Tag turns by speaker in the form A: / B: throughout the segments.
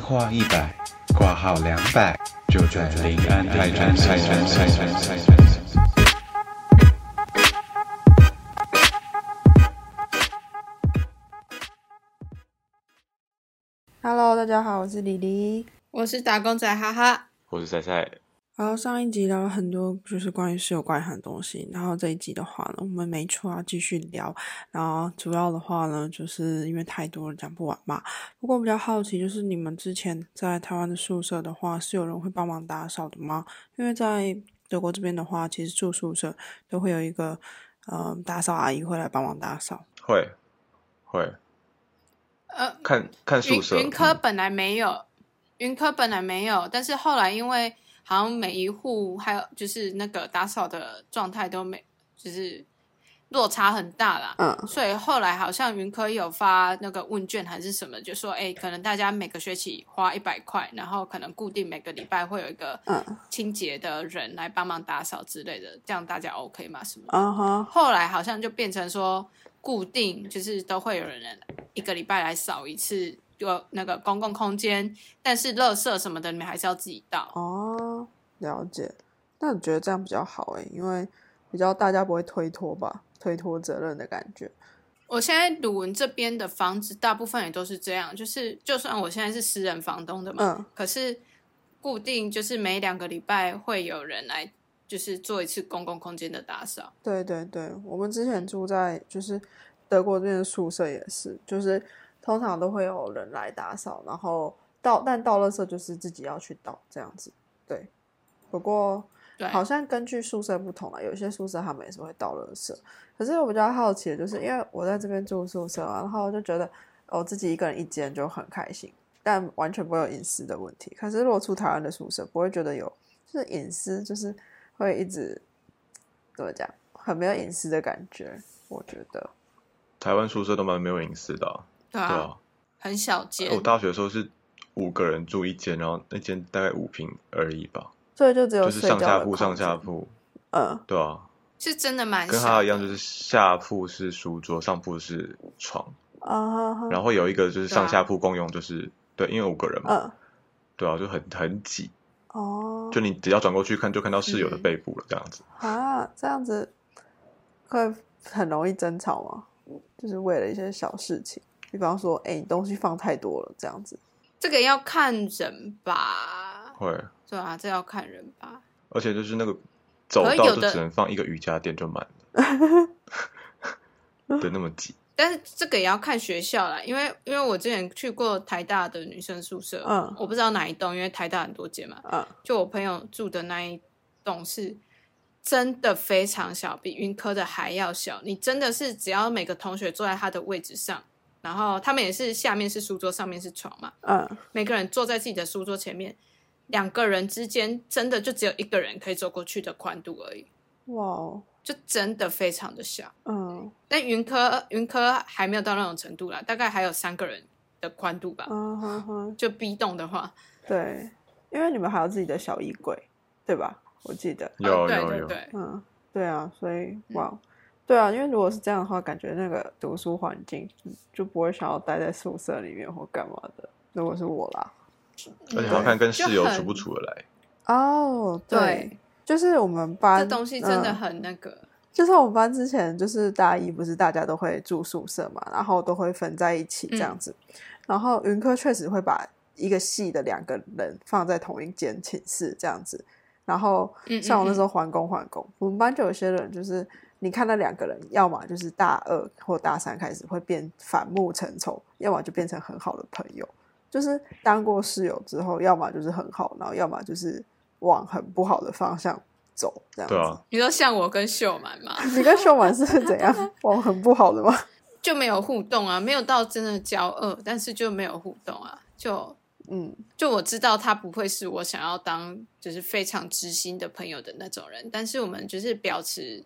A: 号一百，挂号两百，就在临安泰山泰山泰山泰山。
B: Hello，大家好，我是李黎。
C: 我是打工仔，哈哈。
D: 我是赛赛，
B: 然后上一集聊了很多就是关于室友关系的东西，然后这一集的话呢，我们没错要继续聊。然后主要的话呢，就是因为太多了讲不完嘛。不过我比较好奇，就是你们之前在台湾的宿舍的话，是有人会帮忙打扫的吗？因为在德国这边的话，其实住宿舍都会有一个呃打扫阿姨会来帮忙打扫。
D: 会会
C: 呃，
D: 看看宿
C: 云
D: 舍，
C: 云科
D: 嗯
C: 本来没有，云科本来没有，但是后来因为好像每一户还有就是那个打扫的状态都没，就是落差很大啦。
B: 嗯
C: 所以后来好像云科有发那个问卷还是什么，就说哎，可能大家每个学期花一百块，然后可能固定每个礼拜会有一个
B: 嗯
C: 清洁的人来帮忙打扫之类的，这样大家 OK 吗？什么的？
B: 啊哈
C: 后来好像就变成说固定，就是都会有人一个礼拜来扫一次就那个公共空间，但是垃圾什么的你们还是要自己倒。
B: 哦，了解。那你觉得这样比较好诶，因为比较大家不会推脱吧，推脱责任的感觉。
C: 我现在鲁文这边的房子大部分也都是这样，就是就算我现在是私人房东的嘛，
B: 嗯
C: 可是固定就是每两个礼拜会有人来，就是做一次公共空间的打扫。
B: 对对对，我们之前住在就是德国这边的宿舍也是，就是通常都会有人来打扫，然后倒，但倒垃圾就是自己要去倒这样子。对，不过
C: 对，
B: 好像根据宿舍不同啊，有些宿舍他们也是会倒垃圾。可是我比较好奇的就是，因为我在这边住宿舍啊，然后就觉得我、哦自己一个人一间就很开心，但完全不会有隐私的问题。可是如果出台湾的宿舍，不会觉得有就是隐私，就是会一直怎么讲，很没有隐私的感觉。我觉得，
D: 台湾宿舍都蛮没有隐私的啊、
C: 对
D: 对
C: 啊，
D: 啊。哦
C: 很小间
D: 我。大学的时候是五个人住一间，然后那间大概五平而已吧，
B: 所以就只有
D: 就是
B: 睡
D: 上
B: 觉
D: 下
B: 的
D: 铺，
B: 空
D: 上下
B: 间，
D: 铺，
B: 嗯，
D: 对啊，
C: 是真的蛮
D: 跟
C: 小
D: 哈
C: 的，
D: 一样，就是下铺是书桌，上铺是床，
B: 啊哈哈，
D: 然后有一个就是
C: 对啊
D: 上下铺共用，就是对，因为五个人嘛，
B: 嗯，
D: 对啊，就很很挤，
B: 哦，
D: 就你只要转过去看，就看到室友的
C: 嗯
D: 背部了，这样子。
B: 啊，这样子会很容易争吵吗？就是为了一些小事情，比方说，哎、你东西放太多了，这样子。
C: 这个要看人吧。
D: 会，
C: 对啊，这要看人吧。
D: 而且就是那个走
C: 可
D: 道
C: 有
D: 就
C: 的
D: 只能放一个瑜伽垫就满 了， 对，那么挤。
C: 但是这个也要看学校啦，因为因为我之前去过台大的女生宿舍，
B: 嗯
C: 我不知道哪一栋，因为台大很多间嘛，
B: 嗯，
C: 就我朋友住的那一栋是真的非常小，比云科的还要小。你真的是只要每个同学坐在他的位置上，然后他们也是下面是书桌，上面是床嘛，
B: 嗯，
C: 每个人坐在自己的书桌前面，两个人之间真的就只有一个人可以走过去的宽度而已，
B: 哇哦，
C: 就真的非常的小。
B: 嗯
C: 但云科云科还没有到那种程度啦，大概还有三个人的宽度吧。
B: 嗯哼哼，
C: 就 B 栋的话，
B: 对，因为你们还有自己的小衣柜，对吧？我记得，
D: 有
C: 哦对
D: 有
C: 对
D: 有，
C: 对，
B: 嗯，对啊，所以
C: 嗯
B: 哇哦，对啊，因为如果是这样的话，感觉那个读书环境就不会想要待在宿舍里面或干嘛的。如果是我啦，
D: 而
B: 嗯
D: 且好看跟
C: 就
D: 室友
C: 很
D: 处不处得来，
B: 哦，
C: 对，
B: 就是我们
C: 这
B: 班
C: 东西真的
B: 嗯
C: 很那个，
B: 就是我们班之前就是大一不是大家都会住宿舍嘛，然后都会分在一起这
C: 嗯
B: 样子。然后云科确实会把一个系的两个人放在同一间寝室这样子。然后
C: 嗯嗯
B: 像我那时候环工环工，我们班就有些人就是你看那两个人，要么就是大二或大三开始会变反目成仇，要么就变成很好的朋友。就是当过室友之后，要么就是很好，然后要么就是往很不好的方向走这样子。
D: 对啊，
C: 你说像我跟秀满嘛，
B: 你跟秀满是怎样？ 我很不好的吗？
C: 就没有互动啊，没有到真的交恶，但是就没有互动啊，就
B: 嗯，
C: 就我知道他不会是我想要当就是非常知心的朋友的那种人，但是我们就是保持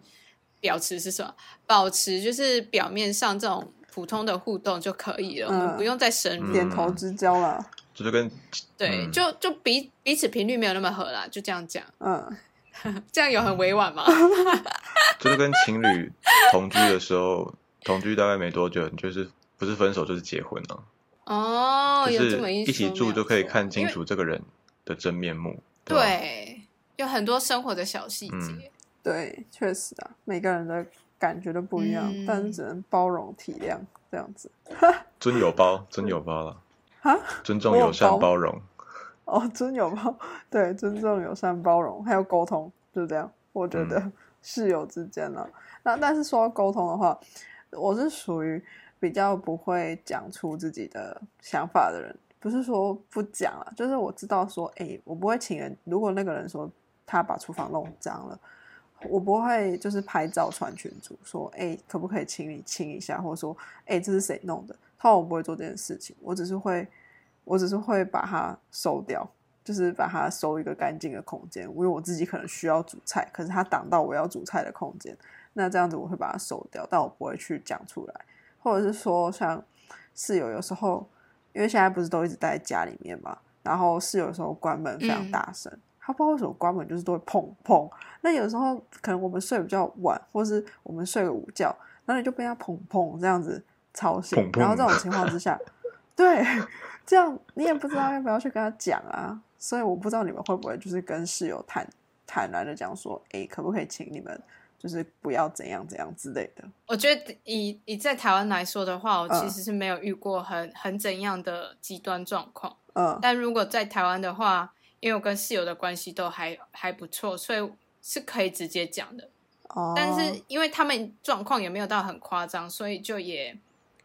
C: 保持是什么？保持就是表面上这种普通的互动就可以了，我
B: 嗯
C: 们不用再深入。
B: 点头之交啦。
D: 这就跟
C: 对，
D: 嗯
C: 就就彼彼此频率没有那么合啦，就这样讲，
B: 嗯，
C: 这样有很委 婉吗？
D: 这就跟情侣同居的时候，同居大概没多久，你就是不是分手就是结婚了、啊
C: 哦，
D: 就
C: 有这么
D: 是一
C: 说
D: 起住
C: 没有
D: 就可以
C: 错
D: 看
C: 哦
D: 清
C: 因为
D: 楚这个人的真面目。吧，
C: 对，有很多生活的小细
D: 嗯
C: 节。
B: 对，确实啊，每个人的感觉都不一样，
C: 嗯
B: 但是只能包容体谅这样子。
D: 尊友包，尊友包了，
B: 哈，
D: 尊重、
B: 我有
D: 友善、
B: 包
D: 包容。
B: 哦，尊友包，对，尊重、友善、包容，还有沟通，就这样。我觉得 室友之间呢、那但是说到沟通的话，我是属于比较不会讲出自己的想法的人，不是说不讲了，就是我知道说，哎、我不会请人。如果那个人说他把厨房弄脏了，我不会就是拍照传群组说，哎、可不可以请你清一下，或者说，哎、这是谁弄的？通常我不会做这件事情，我只是会，我只是会把它收掉。就是把它收一个干净的空间，因为我自己可能需要煮菜，可是它挡到我要煮菜的空间，那这样子我会把它收掉，但我不会去讲出来，或者是说像室友有时候，因为现在不是都一直待在家里面嘛，然后室友有时候关门非常
C: 嗯
B: 大声，他不知道为什么关门就是都会砰砰，那有时候可能我们睡比较晚，或是我们睡个午觉，然后你就被他砰砰这样子吵醒，
D: 砰砰
B: 然后这种情况之下， 对，这样你也不知道要不要去跟他讲啊，所以我不知道你们会不会就是跟室友坦坦然的讲说，诶，可不可以请你们就是不要怎样怎样之类的？
C: 我觉得以以在台湾来说的话，我
B: 嗯
C: 其实是没有遇过很很怎样的极端状况。
B: 嗯
C: 但如果在台湾的话，因为我跟室友的关系都还还不错，所以是可以直接讲的。
B: 哦，
C: 但是因为他们状况也没有到很夸张，所以就也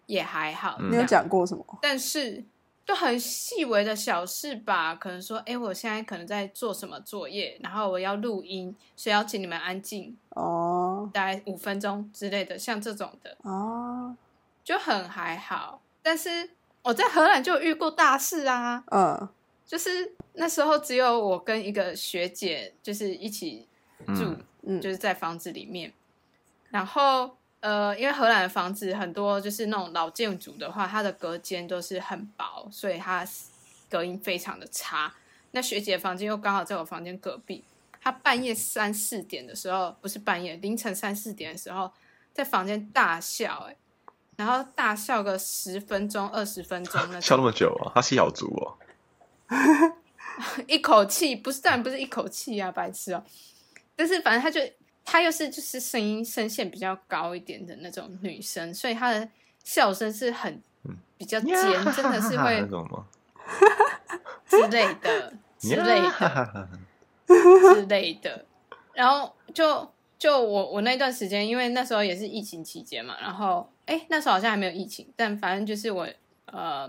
C: 也还好。
D: 嗯
B: 你
C: 这
B: 有
C: 样
B: 讲过什么？
C: 但是就很细微的小事吧，可能说，哎，我现在可能在做什么作业，然后我要录音，所以要请你们安静，
B: 哦
C: 大概五分钟之类的，像这种的
B: 啊，
C: 就很还好。但是我在荷兰就有遇过大事啊，
B: 嗯
C: 就是那时候只有我跟一个学姐就是一起住，
D: 嗯
B: 嗯
C: 就是在房子里面。然后呃，因为荷兰的房子很多就是那种老建筑的话，它的隔间都是很薄，所以它隔音非常的差。那学姐的房间又刚好在我房间隔壁，她半夜三四点的时候，不是半夜凌晨三四点的时候，在房间大笑、欸，然后大笑个十分钟、二十分钟那种，
D: 笑那么久啊，他是咬足哦。
C: 一口气，不是当然不是一口气啊，白痴哦、但是反正她就她又是就是声音声线比较高一点的那种女生，所以她的笑声是很
D: 嗯
C: 比较尖，真的是
D: 那
C: 会
D: 种吗？
C: 之类的之类的
D: 的，
C: 之类的。然后就就我我那段时间，因为那时候也是疫情期间嘛，然后哎那时候好像还没有疫情，但反正就是我呃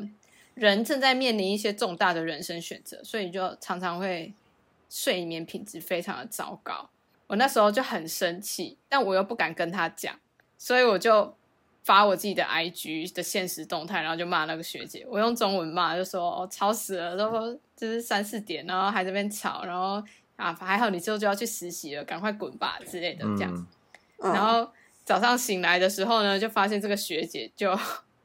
C: 人正在面临一些重大的人生选择，所以就常常会睡眠品质非常的糟糕。我那时候就很生气，但我又不敢跟他讲，所以我就发我自己的 IG 的现实动态，然后就骂那个学姐。我用中文骂，就说哦吵死了，都就是三四点，然后还在那边吵，然后啊还好你之后就要去实习了，赶快滚吧之类的这样子。
D: 嗯，
B: 嗯，
C: 然后早上醒来的时候呢，就发现这个学姐就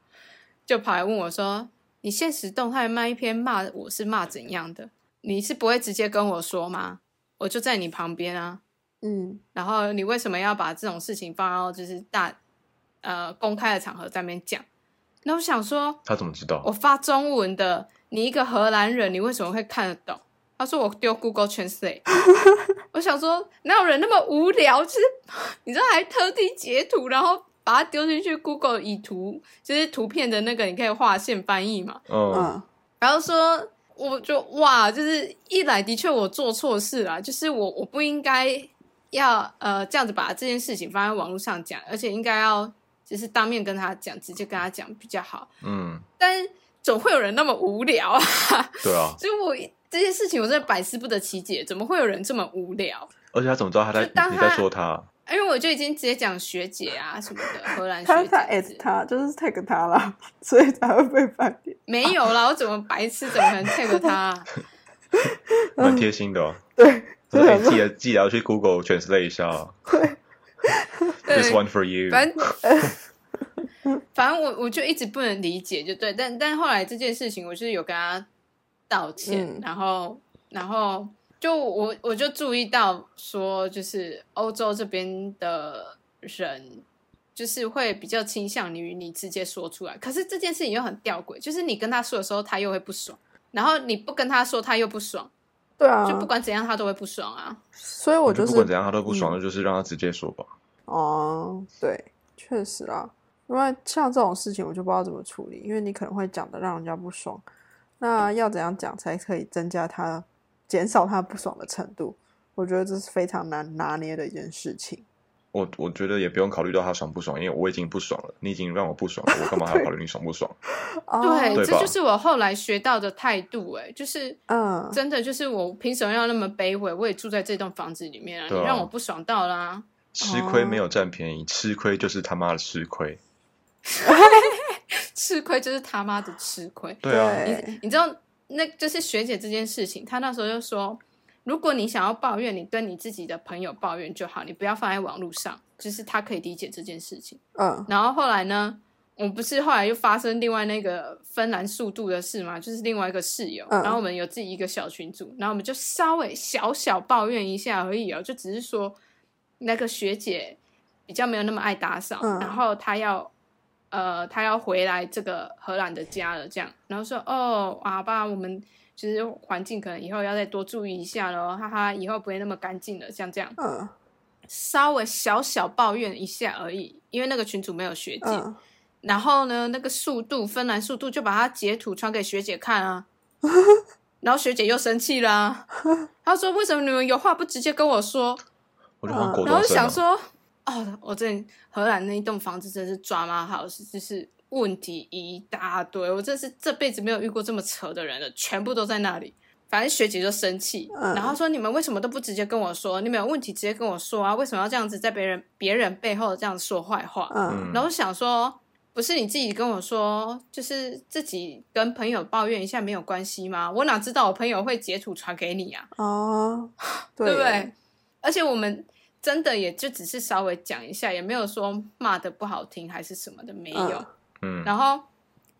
C: 就跑来问我说：“你现实动态那一篇骂我是骂怎样的？你是不会直接跟我说吗？我就在你旁边啊，
B: 嗯
C: 然后你为什么要把这种事情放到就是大呃公开的场合在那边讲？”那我想说，
D: 他怎么知道
C: 我？发中文的，你一个荷兰人，你为什么会看得懂？他说我丢 Google Translate，我 想说哪有人那么无聊，就是 你知道还特地截图，然后把它丢进去 Google 以图，就是图片的那个你可以划线翻译嘛。
D: 嗯，
B: 嗯
C: 然后说，我就哇，就是一来的确我做错事了，就是我我不应该要呃这样子把这件事情放在网络上讲，而且应该要就是当面跟他讲，直接跟他讲比较好。
D: 嗯，
C: 但总会有人那么无聊啊！
D: 对啊，
C: 所以我这件事情我真的百思不得其解，怎么会有人这么无聊？
D: 而且他怎么知道他在
C: 就当
D: 你
C: 他
D: 在说他？
C: 因为我就已经直接讲学姐啊什么的，荷兰学
B: 嗯他
C: 姐
B: 他
C: 之类
B: at
C: 的
B: 他就是 tag 他啦， 所以才会被翻脸。
C: 没有啦，我怎么白痴怎么可能 tag 他啊、
D: 蛮贴心的哦。
B: 对，
D: 他
B: 就
D: 说：“
B: 想
D: 哎，记
B: 说
D: 得记得要去 Google translate 一下哦。
C: 对
D: This one for you。
C: 反正反正我我就一直不能理解，就对，但但后来这件事情，我就是有跟他道歉，
B: 嗯
C: 然后然后就我我就注意到说，就是欧洲这边的人就是会比较倾向于你直接说出来。可是这件事情又很吊诡，就是你跟他说的时候，他又会不爽，然后你不跟他说，他又不爽，
B: 对啊，
C: 就不管怎样，他都会不爽啊。
B: 所以我
D: 就
B: 就是
D: 不管怎样他都不
C: 嗯
D: 爽，那就是让他直接说吧。
B: 哦，对，确实啊，因为像这种事情我就不知道怎么处理，因为你可能会讲的让人家不爽，那要怎样讲才可以增加他减少他不爽的程度？我觉得这是非常难拿捏的一件事情。
D: 我我觉得也不用考虑到他爽不爽，因为我已经不爽了，你已经让我不爽了，我干嘛 还要考虑你爽不爽？
B: 哦
C: 对，
D: 对
C: 这
D: 吧
C: 就是我后来学到的态度、哎，就是
B: 嗯
C: 真的就是我凭什么要那么卑微？我也住在这栋房子里面啊，
D: 对啊
C: 你让我不爽到啦、
D: 吃亏没有占便宜，吃亏就是他妈的吃亏。
C: 吃亏就是他妈的吃亏。
D: 对啊，
B: 对
C: 你知道，那就是学姐这件事情，她那时候就说，如果你想要抱怨，你跟你自己的朋友抱怨就好，你不要放在网络上，就是她可以理解这件事情。
B: 嗯
C: 然后后来呢，我不是后来又发生另外那个芬兰速度的事嘛，就是另外一个室友，
B: 嗯
C: 然后我们有自己一个小群组，然后我们就稍微小小抱怨一下而已哦，就只是说那个学姐比较没有那么爱打扫，
B: 嗯
C: 然后她要。呃，她要回来这个荷兰的家了，这样，然后说哦，啊爸，我们就是环境可能以后要再多注意一下咯，哈哈，以后不会那么干净了，像这样，
B: 嗯
C: 稍微小小抱怨一下而已，因为那个群主没有学姐。
B: 嗯，
C: 然后呢，那个速度芬兰速度就把它截图传给学姐 看啊，然后学姐又生气啦、她说：“为什么你们有话不直接跟我说
D: 我就换？”
B: 我
C: 嗯
D: 过
C: 然后
D: 冬
C: 就想
D: 生啊了。
C: 说：“哦，我真的荷兰那一栋房子真是抓马好，是就是问题一大堆，我真是这辈子没有遇过这么扯的人了，全部都在那里。”反正学姐就生气，
B: 嗯
C: 然后说：“你们为什么都不直接跟我说？你们有问题直接跟我说啊，为什么要这样子在别人别人背后这样说坏话？”
B: 嗯
D: 嗯
C: 然后想说，不是你自己跟我说，就是自己跟朋友抱怨一下没有关系吗？我哪知道我朋友会截图传给你啊，
B: 哦，对
C: 不
B: 耶
C: 对？而且我们真的也就只是稍微讲一下，也没有说骂的不好听还是什么的，没有。
B: 嗯
D: 嗯，
C: 然后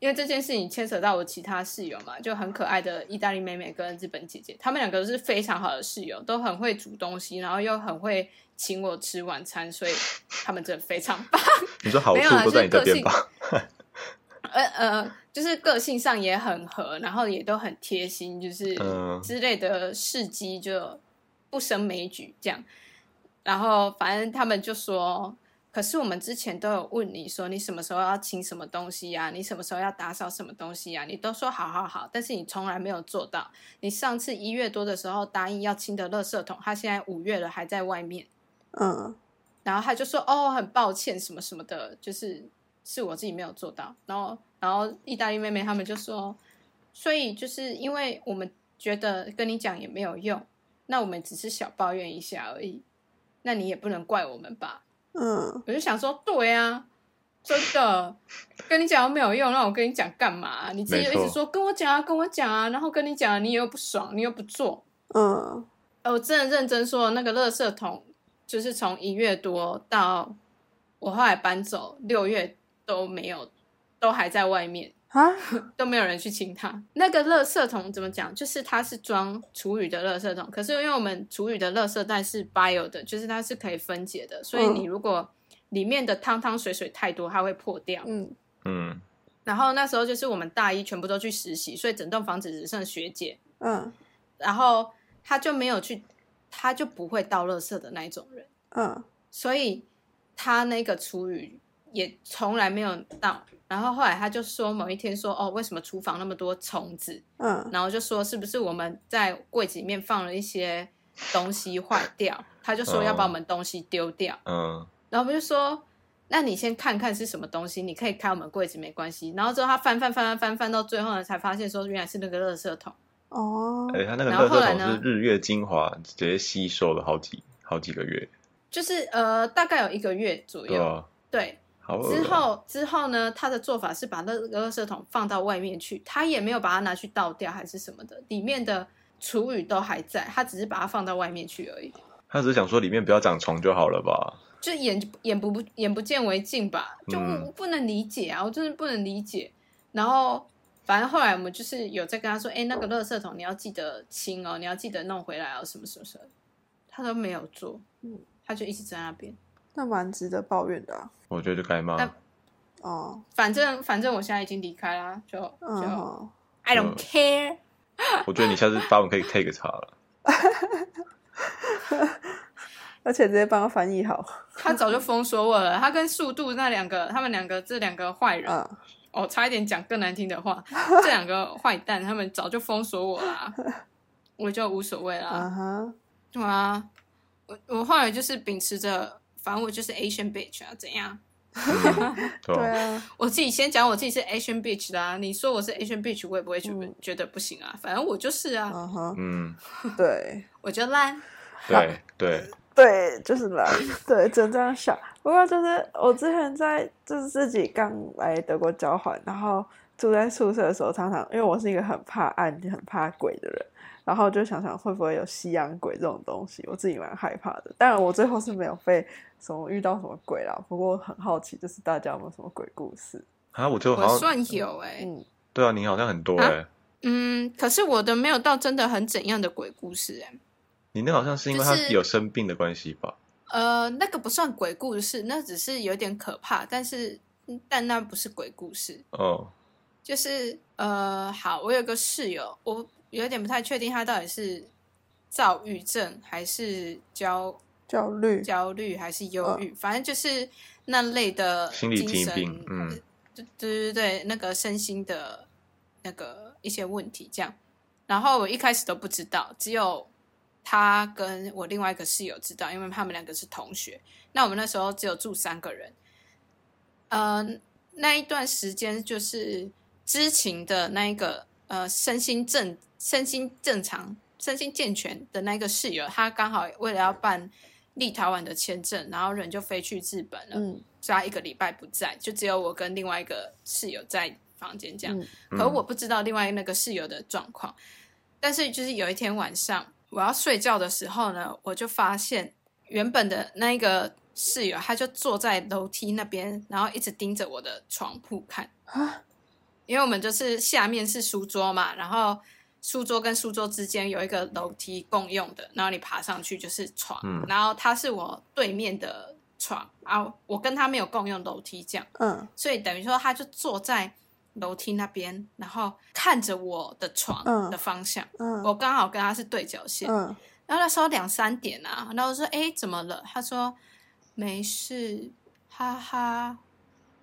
C: 因为这件事情牵扯到我其他室友嘛，就很可爱的意大利妹妹跟日本姐姐，她们两个都是非常好的室友，都很会煮东西，然后又很会请我吃晚餐，所以她们真的非常棒。
D: 你说好
C: 没
D: 处
C: 有啦
D: 都在你这
C: 就是
D: 边吧？
C: 呃呃，就是个性上也很合，然后也都很贴心，就是
D: 嗯
C: 之类的事迹就不胜枚举这样。然后反正他们就说，可是我们之前都有问你说你什么时候要清什么东西呀、你什么时候要打扫什么东西啊呀、你都说好好好，但是你从来没有做到。你上次一月多的时候答应要清的垃圾桶，它现在五月了还在外面。
B: 嗯
C: 然后他就说：“哦，很抱歉，什么什么的，就是是我自己没有做到。”然后，然后意大利妹妹他们就说：“所以就是因为我们觉得跟你讲也没有用，那我们只是小抱怨一下而已，那你也不能怪我们吧
B: 嗯？”
C: 我就想说：“对啊，真的，跟你讲又没有用，那我跟你讲干嘛？啊你自己就一
D: 没
C: 直
D: 错
C: 说跟我讲啊，跟我讲啊，然后跟你讲、啊，你又不爽，你又不做，
B: 嗯
C: 呃，我真的认真说，那个垃圾桶就是从一月多到我后来搬走六月都没有，都还在外面，
B: 啊
C: 都没有人去清它。那个垃圾桶怎么讲？就是它是装厨余的垃圾桶，可是因为我们厨余的垃圾袋是 bio 的，就是它是可以分解的，所以
B: 嗯
C: 你如果里面的汤汤水水太多，它会破掉。
B: 嗯
D: 嗯，
C: 然后那时候就是我们大一全部都去实习，所以整栋房子只剩学姐，
B: 嗯
C: 然后他就没有去，他就不会倒垃圾的那一种人，
B: 嗯
C: 所以他那个厨余也从来没有倒。然后后来他就说某一天说哦，为什么厨房那么多虫子？
B: 嗯
C: 然后就说是不是我们在柜子里面放了一些东西坏掉？他就说要把我们东西丢掉。
D: 嗯，
C: 然后我们就说，那你先看看是什么东西，你可以开我们柜子没关系。然后之后他翻翻翻翻翻翻到最后呢，才发现说原来是那个垃圾桶。
B: 哦
D: 哎、他那个
C: 然后
D: 乐
C: 后
D: 色
C: 来
D: 桶
C: 呢
D: 是日月精华，直接吸收了好几好几个月，
C: 就是呃，大概有一个月左
D: 对啊
C: 右。
D: 吧？
C: 对，
D: 好恶哦、
C: 之后之后呢，他的做法是把那个垃圾桶放到外面去，他也没有把它拿去倒掉还是什么的，里面的厨余都还在，他只是把它放到外面去而已，
D: 他只是想说里面不要长虫就好了吧？
C: 就眼眼不眼不见为净吧，就
D: 嗯
C: 不能理解啊，我真的不能理解。然后反正后来我们就是有在跟他说，哎，那个垃圾桶你要记得清哦，你要记得弄回来哦，什么什么什么，他都没有做
B: 嗯，
C: 他就一直在那边。
B: 那蛮值得抱怨的啊。
D: 我觉得就该骂。
C: 那
B: 哦，
C: 反正反正我现在已经离开啦，就就、
B: 嗯
D: 哦
B: 哼，
C: I don't care。
D: 我觉得你下次发文可以 take 他了。
B: 而且直接帮他翻译 好。
C: 他早就封锁我了，他跟速度那两个，他们两个这两个坏人，
B: 嗯，
C: 哦，差一点讲更难听 的话，这两个坏蛋，他们早就封锁我啦，我就无所谓啦。
B: 啊哈，
C: 对啊，我我后来就是秉持着，反正我就是 Asian bitch 啊，怎样？
D: 嗯对
B: 对
D: 吧？
B: 啊，
C: 我自己先讲我自己是 Asian bitch 的啊，你说我是 Asian bitch，我也不会觉得、
B: 嗯
C: 觉得不行啊，反正我就是啊，
B: 啊哈，
D: 嗯，
B: 对
C: 我就烂。
D: 对对，
B: 对，就是 懒，对，只能这样想。不过就是我之前在就是自己刚来德国交换，然后住在宿舍的时候，常常因为我是一个很怕暗、很怕鬼的人，然后就想想会不会有西洋鬼这种东西，我自己蛮害怕的。当然我最后是没有被什么遇到什么鬼啦，不过很好奇，就是大家有没有什么鬼故事？
D: 啊，我就
C: 我
D: 好像
C: 算有哎、
B: 嗯，
D: 对啊，你好像很多
C: 啊
D: 哎，
C: 嗯，可是我的没有到真的很怎样的鬼故事哎、
D: 你那好像是因为
C: 就
D: 他
C: 是
D: 有生病的关系吧？
C: 呃，那个不算鬼故事，那只是有点可怕，但是嗯但那不是鬼故事，
D: 哦，
C: 就是呃，好，我有个室友，我有点不太确定他到底是躁郁症还是焦
B: 焦虑，嗯
C: 焦虑还是忧郁，反正就是那类的
D: 心理
C: 精
D: 疾
C: 神
D: 病嗯
C: 对对对对，那个身心的那个一些问题这样。然后我一开始都不知道，只有他跟我另外一个室友知道，因为他们两个是同学。那我们那时候只有住三个人，呃，那一段时间就是知情的那一个呃身心正身心正常、身心健全的那一个室友，他刚好为了要办立陶宛的签证，然后人就飞去日本了，
B: 嗯
C: 所以他一个礼拜不在，就只有我跟另外一个室友在房间这样。
B: 嗯
C: 可我不知道另外那个室友的状况。但是就是有一天晚上，我要睡觉的时候呢，我就发现原本的那一个室友，他就坐在楼梯那边，然后一直盯着我的床铺看。
B: 啊，
C: 因为我们就是下面是书桌嘛，然后书桌跟书桌之间有一个楼梯共用的，然后你爬上去就是床，
D: 嗯
C: 然后他是我对面的床啊，我跟他没有共用楼梯这样。
B: 嗯
C: 所以等于说他就坐在楼梯那边，然后看着我的床
B: 嗯
C: 的方向。
B: 嗯
C: 我刚好跟他是对角线，
B: 嗯
C: 然后那时候两三点啊，然后我说：“哎，怎么了？”他说：“没事，哈哈，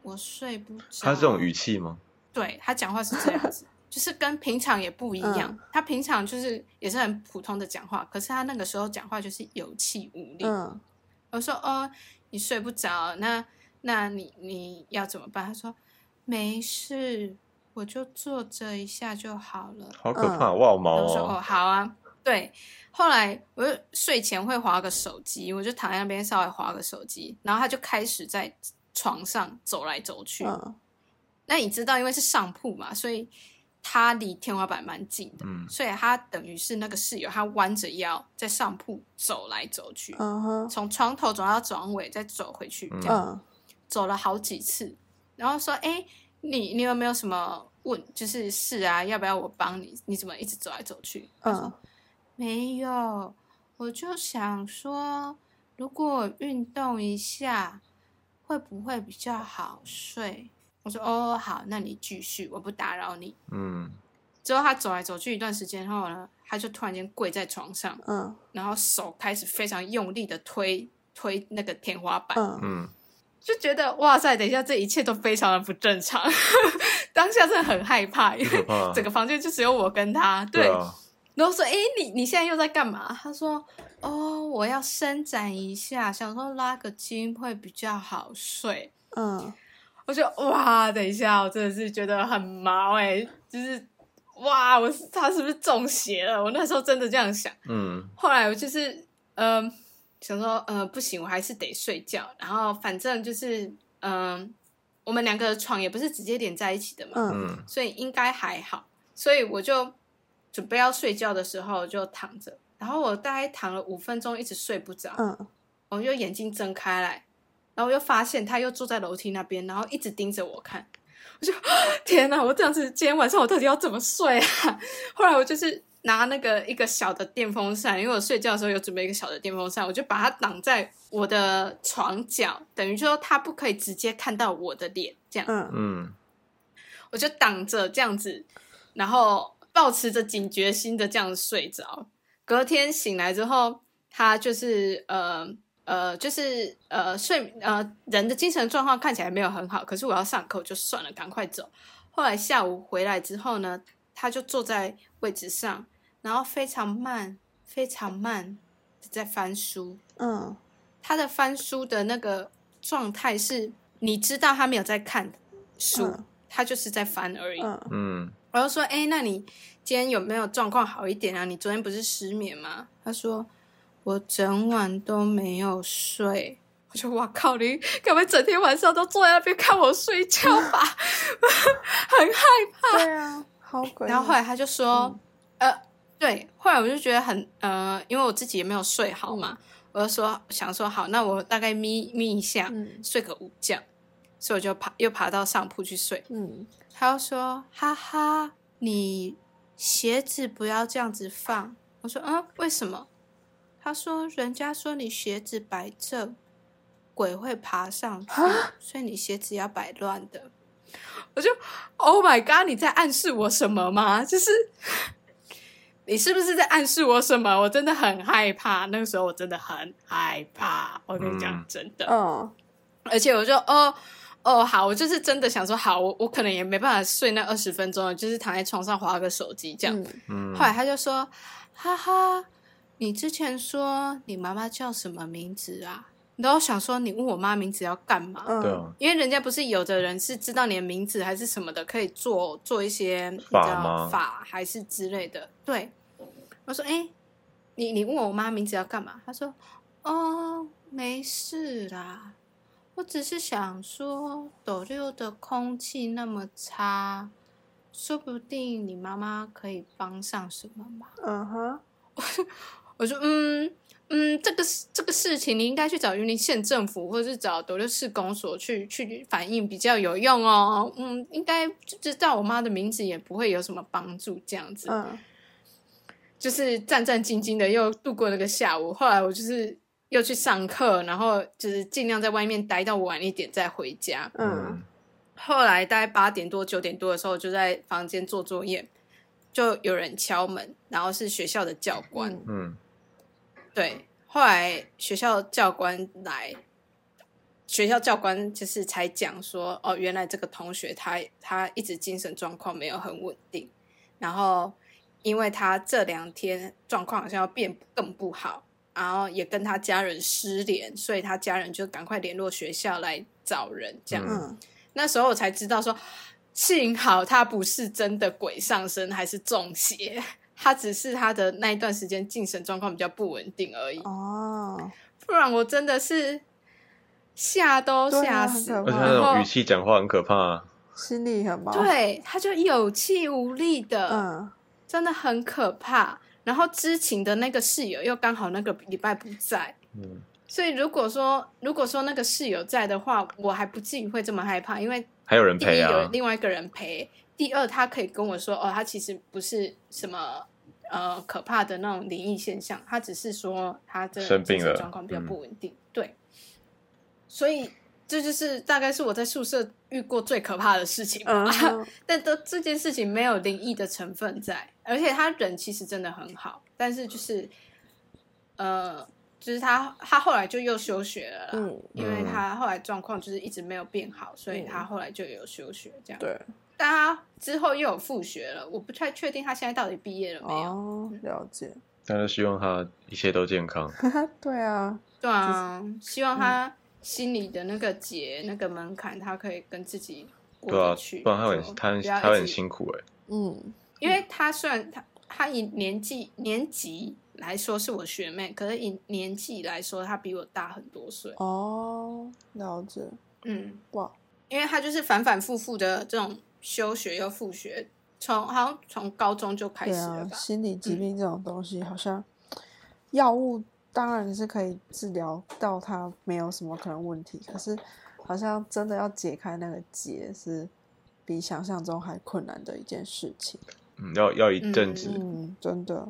C: 我睡不着。”
D: 他是这种语气吗？
C: 对他讲话是这样子， 就是跟平常也不一样。
B: 嗯
C: 他平常就是也是很普通的讲话，可是他那个时候讲话就是有气无力。
B: 嗯
C: 我说哦，你睡不着，那那你你要怎么办？他说没事，我就坐着一下就好了。
D: 好可怕，哇
C: 然
D: 毛
C: 后我嗯说哦，
D: 哦，
C: 好啊。对，后来我就睡前会划个手机，我就躺在那边稍微划个手机，然后他就开始在床上走来走去。
B: 嗯
C: 那你知道，因为是上铺嘛，所以他离天花板蛮近的，
D: 嗯
C: 所以他等于是那个室友，他弯着腰在上铺走来走去，
B: 嗯哼，
C: 从床头走到床尾，再走回去，
D: 嗯
C: 这样、
B: 嗯
C: 走了好几次，然后说：“哎，你你有没有什么问？就是是啊，要不要我帮你？你怎么一直走来走去？”他说
B: 嗯
C: 没有，我就想说，如果运动一下，会不会比较好睡？我说哦，好，那你继续，我不打扰你。
D: 嗯，
C: 之后他走来走去一段时间后呢，他就突然间跪在床上，
B: 嗯
C: 然后手开始非常用力的推推那个天花板，
B: 嗯。
D: 嗯，
C: 就觉得哇塞，等一下这一切都非常的不正常， 当下真的很害怕，因
D: 好可
C: 为
D: 怕啊，
C: 整个房间就只有我跟他，
D: 对啊，
C: 然后说：“哎，你你现在又在干嘛？”他说：“哦，我要伸展一下，想说拉个筋会比较好睡。
B: 嗯”
C: 我就哇，等一下，我真的是觉得很毛哎、就是哇，我是他是不是中邪了？我那时候真的这样想。
D: 嗯，
C: 后来我就是嗯、呃想说，呃，不行，我还是得睡觉。然后反正就是嗯、呃我们两个的床也不是直接连在一起的嘛，
B: 嗯
D: 嗯，
C: 所以应该还好。所以我就准备要睡觉的时候就躺着，然后我大概躺了五分钟，一直睡不着，
B: 嗯
C: 我就眼睛睁开来，然后我又发现他又坐在楼梯那边，然后一直盯着我看。 我就 天哪！我这样子，今天晚上我到底要怎么睡啊？后来我就是拿那个一个小的电风扇，因为我睡觉的时候有准备一个小的电风扇，我就把它挡在我的床角，等于说他不可以直接看到我的脸，这样
B: 嗯，
D: 嗯，
C: 我就挡着这样子，然后保持着警觉心的这样睡着。隔天醒来之后，他就是呃呃，就是呃睡呃人的精神状况看起来没有很好，可是我要上课我就算了，赶快走。后来下午回来之后呢，他就坐在位置上，然后非常慢非常慢的在翻书。
B: 嗯，
C: 他的翻书的那个状态是，你知道他没有在看书，
B: 嗯
C: 他就是在翻而已。
B: 嗯，
D: 嗯，
C: 我就说：“哎、那你今天有没有状况好一点啊？你昨天不是失眠吗？”他说：“我整晚都没有睡。”我说：“哇靠你，干嘛整天晚上都坐在那边看我睡觉吧？”很害
B: 对啊，好 鬼。
C: 然后后来他就说，呃，对，后来我就觉得很呃，因为我自己也没有睡好嘛，我就说想说好，那我大概眯眯一下，
B: 嗯
C: 睡个午觉，所以我就爬又爬到上铺去睡。
B: 嗯，
C: 他就说，哈哈，你鞋子不要这样子放。我说，嗯，为什么？他说，人家说你鞋子摆正，鬼会爬上去，所以你鞋子要摆乱的。我就，Oh my god！你在暗示我什么吗？就是你是不是在暗示我什么？我真的很害怕。那个时候我真的很害怕。我跟你讲
D: 嗯，
C: 真的。
B: 嗯，
C: 而且我就哦哦好，我就是真的想说好，我我可能也没办法睡那二十分钟了，就是躺在床上划个手机这样。
B: 嗯
D: 嗯
C: 后来他就说，哈哈，你之前说你妈妈叫什么名字啊？然后我想说你问我妈名字要干嘛？
B: 嗯，
D: 对啊，
C: 因为人家不是有的人是知道你的名字还是什么的，可以做做一些你知
D: 法
C: 道
D: 吗
C: 法还是之类的。对，我说，哎、你你问我妈名字要干嘛？她说，哦，没事啦，我只是想说斗六的空气那么差，说不定你妈妈可以帮上什么忙。
B: 嗯哼，
C: 我说，嗯嗯，这个事这个事情你应该去找云林县政府，或者是找斗六市公所去去反映比较有用哦。嗯，应该就知道我妈的名字也不会有什么帮助，这样子，
B: 嗯
C: 就是战战兢兢的又度过那个下午。后来我就是又去上课，然后就是尽量在外面待到晚一点再回家。
B: 嗯，
C: 后来大概八点多、九点多的时候，就在房间做作业，就有人敲门，然后是学校的教官。
B: 嗯
D: 嗯
C: 对，后来学校教官来，学校教官就是才讲说，哦，原来这个同学他他一直精神状况没有很稳定，然后因为他这两天状况好像要变更不好，然后也跟他家人失联，所以他家人就赶快联络学校来找人，这样。
B: 嗯
C: 那时候我才知道说，幸好他不是真的鬼上身，还是中邪，他只是他的那一段时间精神状况比较不稳定而已。
B: 哦，
C: 不然我真的是吓都
B: 对
C: 吓
B: 啊
C: 死，
B: 很
D: 而
B: 可
D: 且
B: 怕
C: 然
D: 他那
C: 后
D: 种语气讲话很可怕啊，
B: 心里很毛，，
C: 对，他就有气无力的，
B: 嗯
C: 真的很可怕。然后知情的那个室友又刚好那个礼拜不在，
D: 嗯
C: 所以如果说如果说那个室友在的话，我还不至于会这么害怕，因为
D: 还有人
C: 第一
D: 陪
C: 有
D: 啊，
C: 另外一个人陪，第二他可以跟我说哦，他其实不是什么呃可怕的那种灵异现象，他只是说他这
D: 生病了
C: 状况比较
D: 嗯
C: 不稳定，对，所以这就是大概是我在宿舍遇过最可怕的事情吧。
B: 嗯哼，
C: 但都这件事情没有灵异的成分在，而且他人其实真的很好，但是就是呃，就是他他后来就又休学了啦。
B: 嗯，
C: 因为他后来状况就是一直没有变好，所以他后来就有休学这样。，
B: 对，
C: 但他之后又有复学了，我不太确定他现在到底毕业了没有。
B: 哦，了解，
D: 大家希望他一切都健康。
B: 对啊，
C: 对啊，希望
B: 嗯
C: 他心里的那个结、那个门槛，他可以跟自己过
D: 对啊
C: 得去。，
D: 不然他
C: 就
D: 很他很
C: 不要一
D: 他会很
C: 直
D: 辛苦哎、
B: 嗯
C: 因为他虽然他他以年纪年级来说是我学妹，可是以年纪来说，他比我大很多岁。
B: 哦，了解，
C: 嗯，
B: 哇，
C: 因为他就是反反复复的这种休学又复学，从好像从高中就开
B: 对
C: 始了
B: 啊，
C: 吧？
B: 心理疾
C: 嗯
B: 病这种东西好像药物当然是可以治疗到它没有什么可能问题，可是好像真的要解开那个结是比想象中还困难的一件事情。
D: 嗯，要要一阵子，
B: 嗯，真的，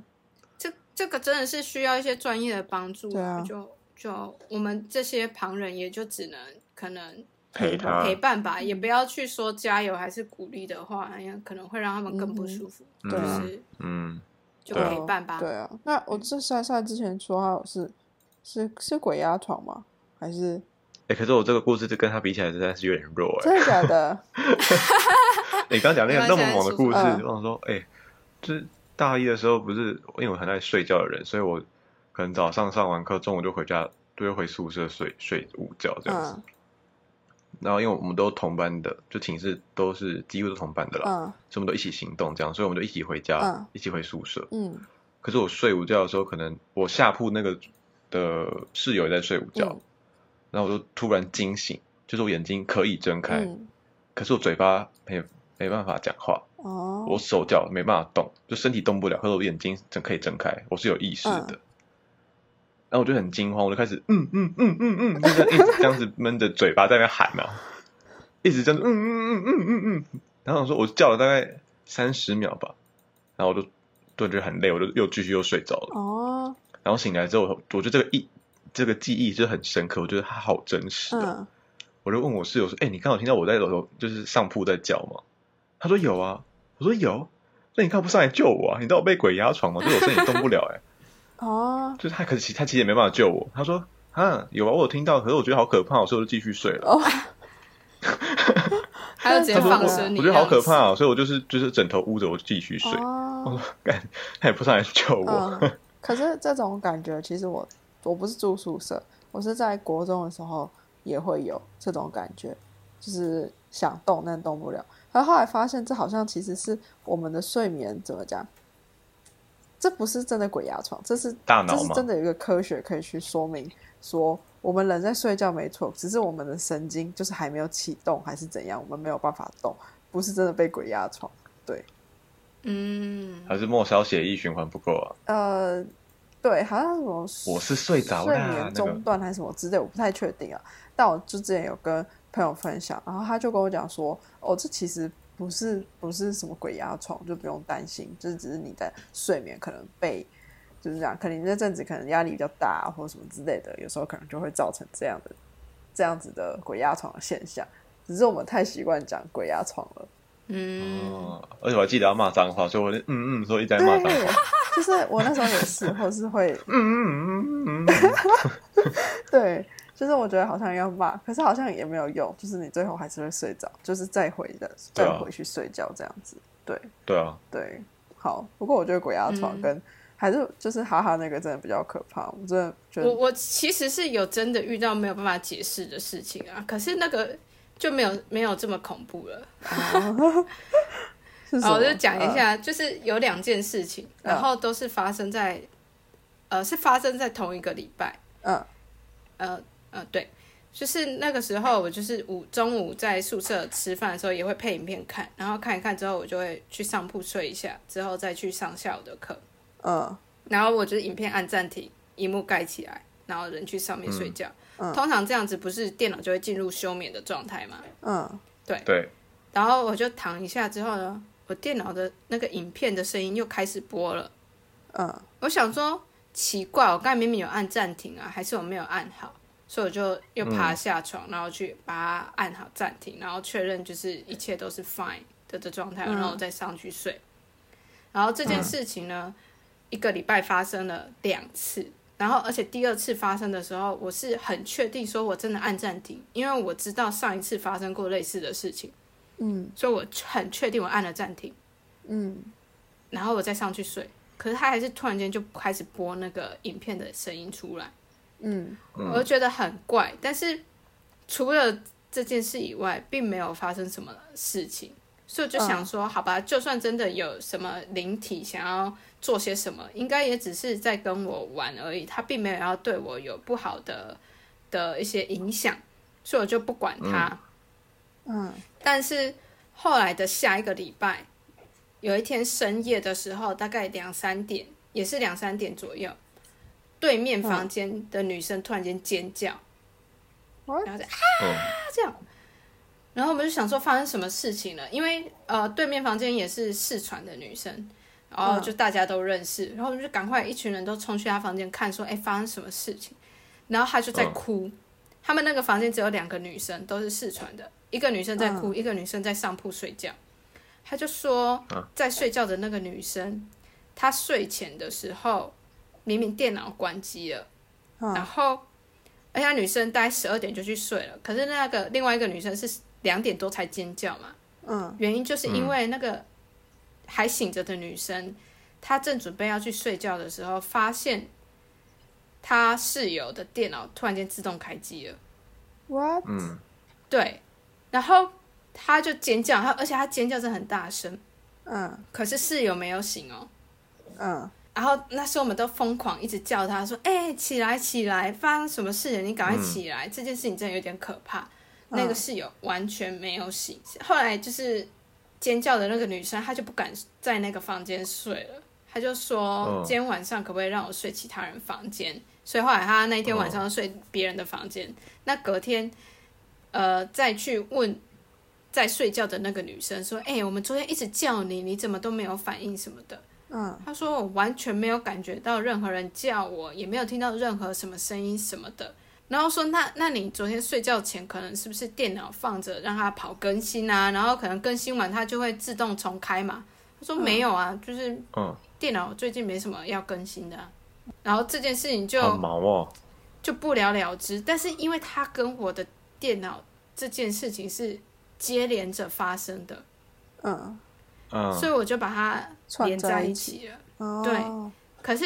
C: 这这个真的是需要一些专业的帮助，
B: 对啊
C: 就就我们这些旁人也就只能可能
D: 陪他
C: 陪伴
B: 嗯
C: 吧，也不要去说加油还是鼓励的话，哎呀，可能会让他们更不舒服，
D: 嗯
B: 对啊
C: 就是
D: 嗯，
C: 就
D: 对啊
C: 陪伴吧。
B: 对啊。那
C: 嗯
B: 我这莎莎之前说她有是是是鬼压床吗？还是
D: 哎、可是我这个故事就跟他比起来，实在是有点弱哎、
B: 真的假的？
D: 你刚讲那个那么猛的故事，
B: 嗯
D: 我想说，哎、就是大一的时候不是，因为我很爱睡觉的人，所以我可能早上上完课，中午就回家，就会回宿舍睡睡午觉这样子。
B: 嗯
D: 然后因为我们都同班的，就寝室都是几乎都同班的啦，
B: 嗯
D: 所以我们都一起行动这样，所以我们就一起回家，
B: 嗯
D: 一起回宿舍。
B: 嗯
D: 可是我睡午觉的时候，可能我下铺那个的室友也在睡午觉，
B: 嗯
D: 然后我就突然惊醒，就是我眼睛可以睁开，
B: 嗯，
D: 可是我嘴巴没没办法讲话，
B: 哦，
D: 我手脚没办法动，就身体动不了，可是我眼睛睁可以睁开，我是有意识的。
B: 嗯
D: 然后我就很惊慌，我就开始嗯嗯嗯嗯嗯，就是一直这样子闷着嘴巴在那边喊啊，一直这样子嗯嗯嗯嗯嗯嗯。然后我说我叫了大概三十秒吧，然后我就顿觉得很累，我就又继续又睡着了。
B: 哦，
D: 然后醒来之后，我觉得这个意这个记忆就很深刻，我觉得它好真实、哦。
B: 嗯
D: 我就问我室友说：“哎、你刚好听到我在楼楼就是上铺在叫吗？”他说：“有啊。”我说：“有。”那你干嘛不上来救我啊？你知道我被鬼压床吗？就是我身体动不了、哎，
B: 哦
D: 就是他，可是其他其实也没办法救我。他说：“啊，有啊，我有听到，可是我觉得好可怕哦，所以我就继续睡了。
B: 哦，
C: 还有直接
D: 他说
C: 放
D: 我
C: 生：“你
D: 我
C: 这
D: 觉得
C: 样子，
D: 好可怕哦，所以我就是就是枕头捂着，我就继续睡。我
B: 哦
D: 说：“干，他也不上来救我。
C: 哦
B: 嗯，可是这种感觉，其实我我不是住宿舍，我是在国中的时候也会有这种感觉，就是想动但动不了。然后后来发现，这好像其实是我们的睡眠怎么讲？这不是真的鬼压床，这是
D: 大脑
B: 这是
D: 吗
B: 真的有一个科学可以去说明说。我们人在睡觉没错，只是我们的神经就是还没有启动，还是怎样，我们没有办法动，不是真的被鬼压床。
C: 嗯，
D: 还是末梢血液循环不够啊？
B: 呃，对，好像什么
D: 我是睡着
B: 睡
D: 啦
B: 眠，
D: 那
B: 中
D: 个
B: 断还是什么之类，我不太确定啊。但我就之前有跟朋友分享，然后他就跟我讲说，哦，这其实不是不是什么鬼压床，就不用担心，就是只是你在睡眠可能被就是这样，可能你那阵子可能压力比较大啊或者什么之类的，有时候可能就会造成这样的这样子的鬼压床的现象。只是我们太习惯讲鬼压床了，
C: 嗯，
D: 哦，而且我还记得要骂脏话，所以我就嗯嗯，所以一直在骂脏话。
B: 对，就是我那时候也是，或是会
D: 嗯嗯嗯嗯嗯，
B: 对，就是我觉得好像要骂，可是好像也没有用，就是你最后还是会睡着，就是再回的
D: 对
B: 再
D: 啊
B: 回去睡觉这样子。对
D: 对啊，
B: 对，好。不过我觉得鬼压床
C: 嗯
B: 跟、还是就是哈哈那个真的比较可怕，我真的觉
C: 我
B: 得
C: 我其实是有真的遇到没有办法解释的事情啊，可是那个就没有没有这么恐怖了。
B: 是什
C: 哦，我就
B: 么
C: 讲一，下，就是有两件事情，
B: 嗯
C: 然后都是发生在，呃，是发生在同一个礼拜，
B: 嗯嗯
C: 呃呃，对，就是那个时候我就是午中午在宿舍吃饭的时候也会配影片看，然后看一看之后我就会去上铺睡一下，之后再去上下午的课，
B: 嗯
C: 然后我就是影片按暂停，荧幕盖起来，然后人去上面睡觉。
B: 嗯
C: 通常这样子不是电脑就会进入休眠的状态嘛？
B: 嗯
D: 对，
C: 然后我就躺一下之后呢，我电脑的那个影片的声音又开始播了。
B: 嗯
C: 我想说奇怪，我刚才明明有按暂停啊，还是我没有按好，所以我就又爬下床，然后去把它按好暂停，然后确认就是一切都是 fine 的的状态，
B: 嗯
C: 然后我再上去睡。然后这件事情呢，一个礼拜发生了两次，然后而且第二次发生的时候，我是很确定说我真的按暂停，因为我知道上一次发生过类似的事情，
B: 嗯
C: 所以我很确定我按了暂停。
B: 嗯
C: 然后我再上去睡。可是他还是突然间就开始播那个影片的声音出来，
B: 嗯
D: 嗯
C: 我就觉得很怪。但是除了这件事以外，并没有发生什么事情，所以我就想说，好吧，就算真的有什么灵体想要做些什么，应该也只是在跟我玩而已，他并没有要对我有不好的的一些影响，所以我就不管他。
B: 嗯
C: 但是后来的下一个礼拜，有一天深夜的时候，大概两三点，也是两三点左右，对面房间的女生突然间尖叫，
B: What？
C: 然后就啊
D: 嗯
C: 这样，然后我们就想说发生什么事情了，因为呃对面房间也是四川的女生，然后就大家都认识，然后我们就赶快一群人都冲去她房间看说，哎发生什么事情，然后她就在
D: 嗯
C: 哭，他们那个房间只有两个女生，都是四川的，一个女生在哭，一个女生在上铺睡觉，她就说
D: 嗯
C: 在睡觉的那个女生，她睡前的时候明明电脑关机了。然
B: 嗯
C: 后而且那女生大概十二点就去睡了，可是那个另外一个女生是两点多才尖叫嘛，
B: 嗯
C: 原因就是因为那个还醒着的女生，她正准备要去睡觉的时候，发现她室友的电脑突然间自动开机了，
B: ，what？
D: 嗯，
C: 对，然后她就尖叫，她而且她尖叫是很大声，
B: 嗯
C: 可是室友没有醒哦，
B: 嗯
C: 然后那时候我们都疯狂一直叫他说：“哎、起来，起来！发生什么事了？你赶快起来！这件事情真的有点可怕。”那个室友完全没有醒。后来就是尖叫的那个女生，她就不敢在那个房间睡了，她就说：“
D: 哦
C: 今天晚上可不可以让我睡其他人房间？”所以后来她那一天晚上都睡别人的房间。那隔天，呃，再去问在睡觉的那个女生说：“哎、我们昨天一直叫你，你怎么都没有反应什么的？”
B: 嗯
C: 他说我完全没有感觉到任何人叫我，也没有听到任何什么声音什么的。然后说那那你昨天睡觉前可能是不是电脑放着让它跑更新啊？然后可能更新完它就会自动重开嘛？他说没有啊，就是
D: 嗯，
C: 电脑最近没什么要更新的啊、然后这件事情就
D: 好毛哦，
C: 就不了了之。但是因为他跟我的电脑这件事情是接连着发生的，
B: 嗯，
D: 嗯
C: 所，以我就把它
B: 串
C: 连
B: 在
C: 在
B: 一
C: 一起了。
B: 哦
C: 对可是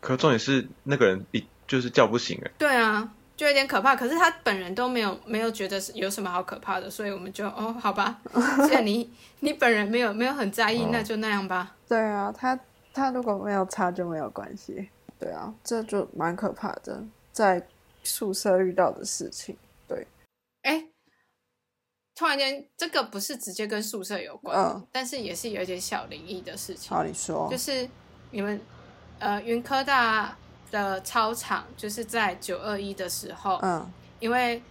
D: 可重点是那个人一就是叫不醒哎，
C: 对啊，就有点可怕。可是他本人都没有没有觉得是有什么好可怕的，所以我们就哦，好 吧，既然你你本人没有没有很在意，
D: 哦
C: 那就那样吧。
B: 对啊，他他如果没有擦就没有关系。对啊，这就蛮可怕的，在宿舍遇到的事情。
C: 哎，突然间这个不是直接跟宿舍有关，
B: 嗯哦
C: 但是也是有一点小灵异的事情，
B: 好，你说
C: 就，是你们呃云科大的操场，就是在九二一的时候，
B: 嗯
C: 因为。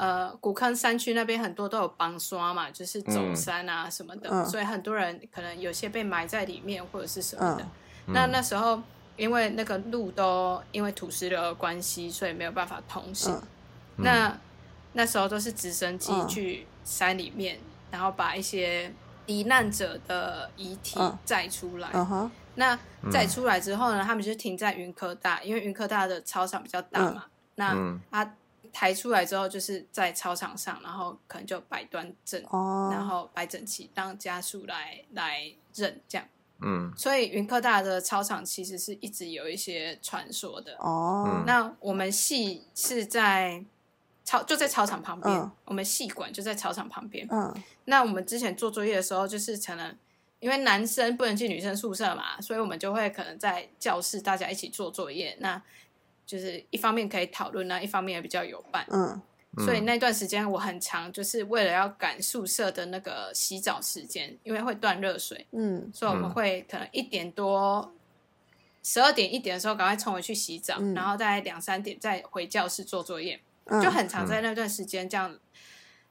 C: 呃，古坑山区那边很多都有帮刷嘛，就是走山啊什么的，
B: 嗯
C: 所以很多人可能有些被埋在里面或者是什么的。
B: 嗯
C: 那
D: 嗯
C: 那时候因为那个路都因为土石流的关系，所以没有办法通行。
B: 嗯
C: 那那时候都是直升机
B: 嗯
C: 去山里面，然后把一些罹难者的遗体
B: 嗯
C: 载出来。
B: 嗯哼，
C: 那
D: 嗯
C: 载出来之后呢，他们就停在云科大，因为云科大的操场比较大嘛。那、
D: 嗯
C: 他抬出来之后，就是在操场上，然后可能就摆端正，
B: 哦，
C: 然后摆整齐，让家属来来认这样。
D: 嗯
C: 所以云科大的操场其实是一直有一些传说的。
B: 哦
D: 嗯，
C: 那我们系是在操就在操场旁边，
B: 嗯
C: 我们系馆就在操场旁边。
B: 嗯
C: 那我们之前做作业的时候，就是可能因为男生不能进女生宿舍嘛，所以我们就会可能在教室大家一起做作业。那就是一方面可以讨论那一方面也比较有伴。
B: 嗯
D: 嗯
C: 所以那段时间我很长，就是为了要赶宿舍的那个洗澡时间，因为会断热水，
B: 嗯
C: 所以我们
D: 嗯
C: 会可能一点多、十二点一点的时候赶快冲回去洗澡，
B: 嗯
C: 然后大概两三点再回教室做作业，
B: 嗯，
C: 就很常在那段时间这样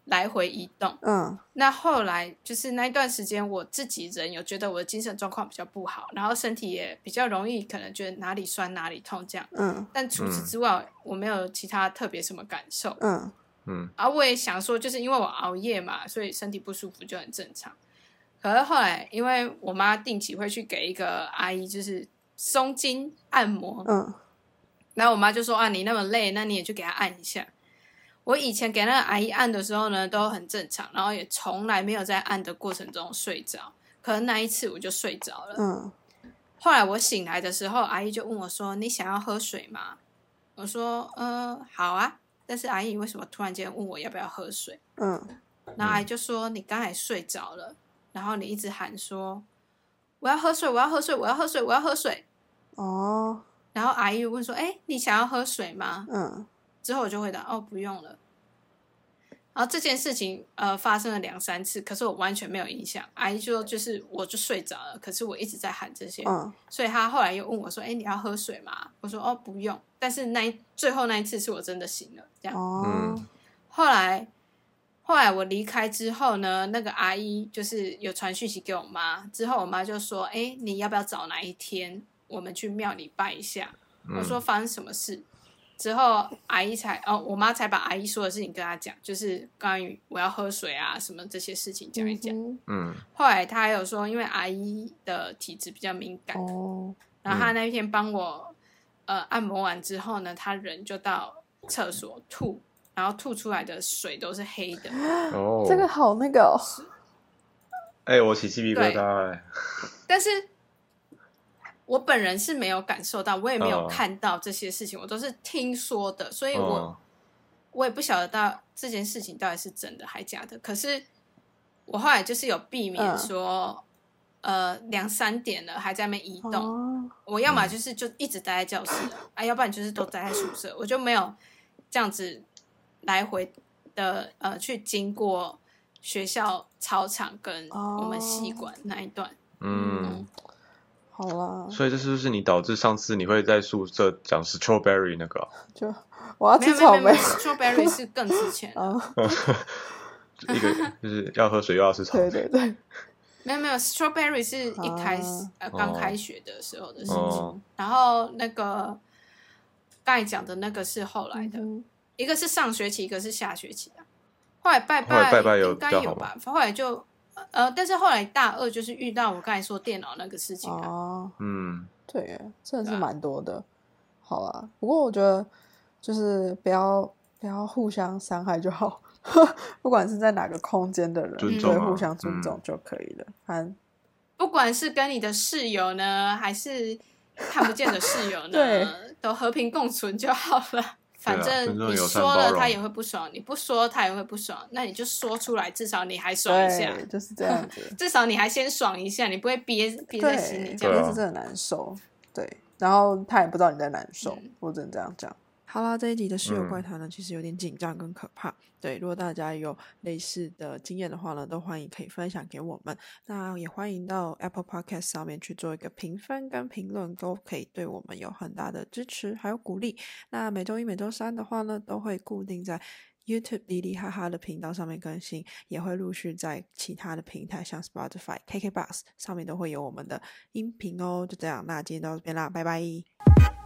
C: 来回移动。
B: 嗯
C: 那后来就是那一段时间，我自己人有觉得我的精神状况比较不好，然后身体也比较容易可能觉得哪里酸哪里痛这样。
B: 嗯
C: 但除此
D: 嗯
C: 之外，我没有其他特别什么感受。
B: 嗯
D: 嗯
C: 啊，我也想说，就是因为我熬夜嘛，所以身体不舒服就很正常。可是后来，因为我妈定期会去给一个阿姨，就是松筋按摩，
B: 嗯
C: 然后我妈就说啊，你那么累，那你也去给她按一下。我以前给那个阿姨按的时候呢，都很正常，然后也从来没有在按的过程中睡着。可能那一次我就睡着了。
B: 嗯
C: 后来我醒来的时候，阿姨就问我说：“你想要喝水吗？”我说：“嗯，好啊。”但是阿姨为什么突然间问我要不要喝水？
B: 嗯
C: 然后阿姨就说：“你刚才睡着了，然后你一直喊说我要喝水，我要喝水，我要喝水，我要喝水。
B: 哦”
C: 然后阿姨问说：“哎，你想要喝水吗
B: 嗯？”
C: 之后我就回答：“哦，不用了。”然后这件事情呃发生了两三次，可是我完全没有印象。阿姨说：“就是我就睡着了，可是我一直在喊这些。”
B: 嗯
C: 所以他后来又问我说：“哎，你要喝水吗？”我说：“哦，不用。”但是那一最后那一次是我真的醒了，这样。
B: 哦
D: 嗯
C: 后来后来我离开之后呢，那个阿姨就是有传讯息给我妈，之后我妈就说：“哎，你要不要找哪一天我们去庙里拜一下？”
D: 嗯
B: 嗯
C: 我说发生什么事，之后阿姨才哦，我妈才把阿姨说的事情跟她讲，就是关于我要喝水啊什么这些事情讲一讲。
B: 嗯
D: 嗯
C: 后来她还有说，因为阿姨的体质比较敏感，
B: 哼哦，
C: 然后她那一天帮我呃按摩完之后呢，她人就到厕所吐，然后吐出来的水都是黑的。
D: 哦，
E: 这个好那个哦，
D: 哎，我起鸡皮疙瘩哎，
C: 但是我本人是没有感受到，我也没有
D: 哦
C: 看到这些事情，我都是听说的，所以我、
D: 哦
C: 我也不晓得到这件事情到底是真的还假的。可是我后来就是有避免
E: 嗯
C: 说，呃，两三点了还在那边移动，
B: 哦
C: 我要么就是就一直待在教室了啊，要不然就是都待在宿舍，我就没有这样子来回的呃去经过学校操场跟我们系馆那一段。
D: 嗯，
B: 好
C: 嗯
B: 啦，
D: 所以这是不是你导致上次你会在宿舍讲 strawberry 那个啊？
E: 就我
B: 哦
E: 要
C: 没有
E: 吃
C: 没有
E: 草
C: 没有没
E: 莓
C: 有。，strawberry 是更值钱的。
E: 啊，
D: 一个 就是要喝水又要吃草莓
E: 对，对对，
C: 没有没有，strawberry 是一开始、
B: 啊
C: 呃刚
D: 哦
C: 开学的时候的事情，
D: 哦
C: 然后那个刚才讲的那个是后来的，
E: 嗯
C: 一个是上学期，一个是下学期的。啊后来拜
D: 后来拜拜有
C: 应该
D: 比较好
C: 有吧，后来就呃，但是后来大二就是遇到我刚才说电脑那个事情、啊，
E: 哦，
D: 嗯，
E: 对耶，真的
C: 对
E: 是
C: 啊
E: 蛮多的。好啊，不过我觉得就是不要不要互相伤害就好， 不管是在哪个空间的人，
D: 尊
C: 重
E: 对
D: 啊
E: 互相尊
D: 嗯
E: 重就可以了。反
C: 不管是跟你的室友呢，还是看不见的室 友
E: 对
C: 呢，都和平共存就好了。反
D: 尊
C: 正
D: 重
C: 你
D: 友
C: 说
D: 善包
C: 了
D: 容
C: 他也会不爽，你不说他也会不爽，那你就说出来，至少你还爽一下，
E: 对，就是这样
C: 。
E: 子
C: 至少你还先爽一下，你不会憋憋
E: 对，
C: 在心里这
D: 对
C: 样。
D: 啊
E: 那是真的难受。对，然后他也不知道你在难受，
C: 嗯
E: 我只能这样讲。
B: 好啦，这一集的室友
D: 嗯
B: 怪谈呢，其实有点紧张跟可怕。对，如果大家有类似的经验的话呢，都欢迎可以分享给我们。那也欢迎到 Apple Podcast 上面去做一个评分跟评论，都可以对我们有很大的支持还有鼓励。那每周一、每周三的话呢，都会固定在 YouTube 哩哩哈哈的频道上面更新，也会陆续在其他的平台，像 Spotify、KKBox 上面都会有我们的音频哦。就这样，那今天到这边啦，拜拜。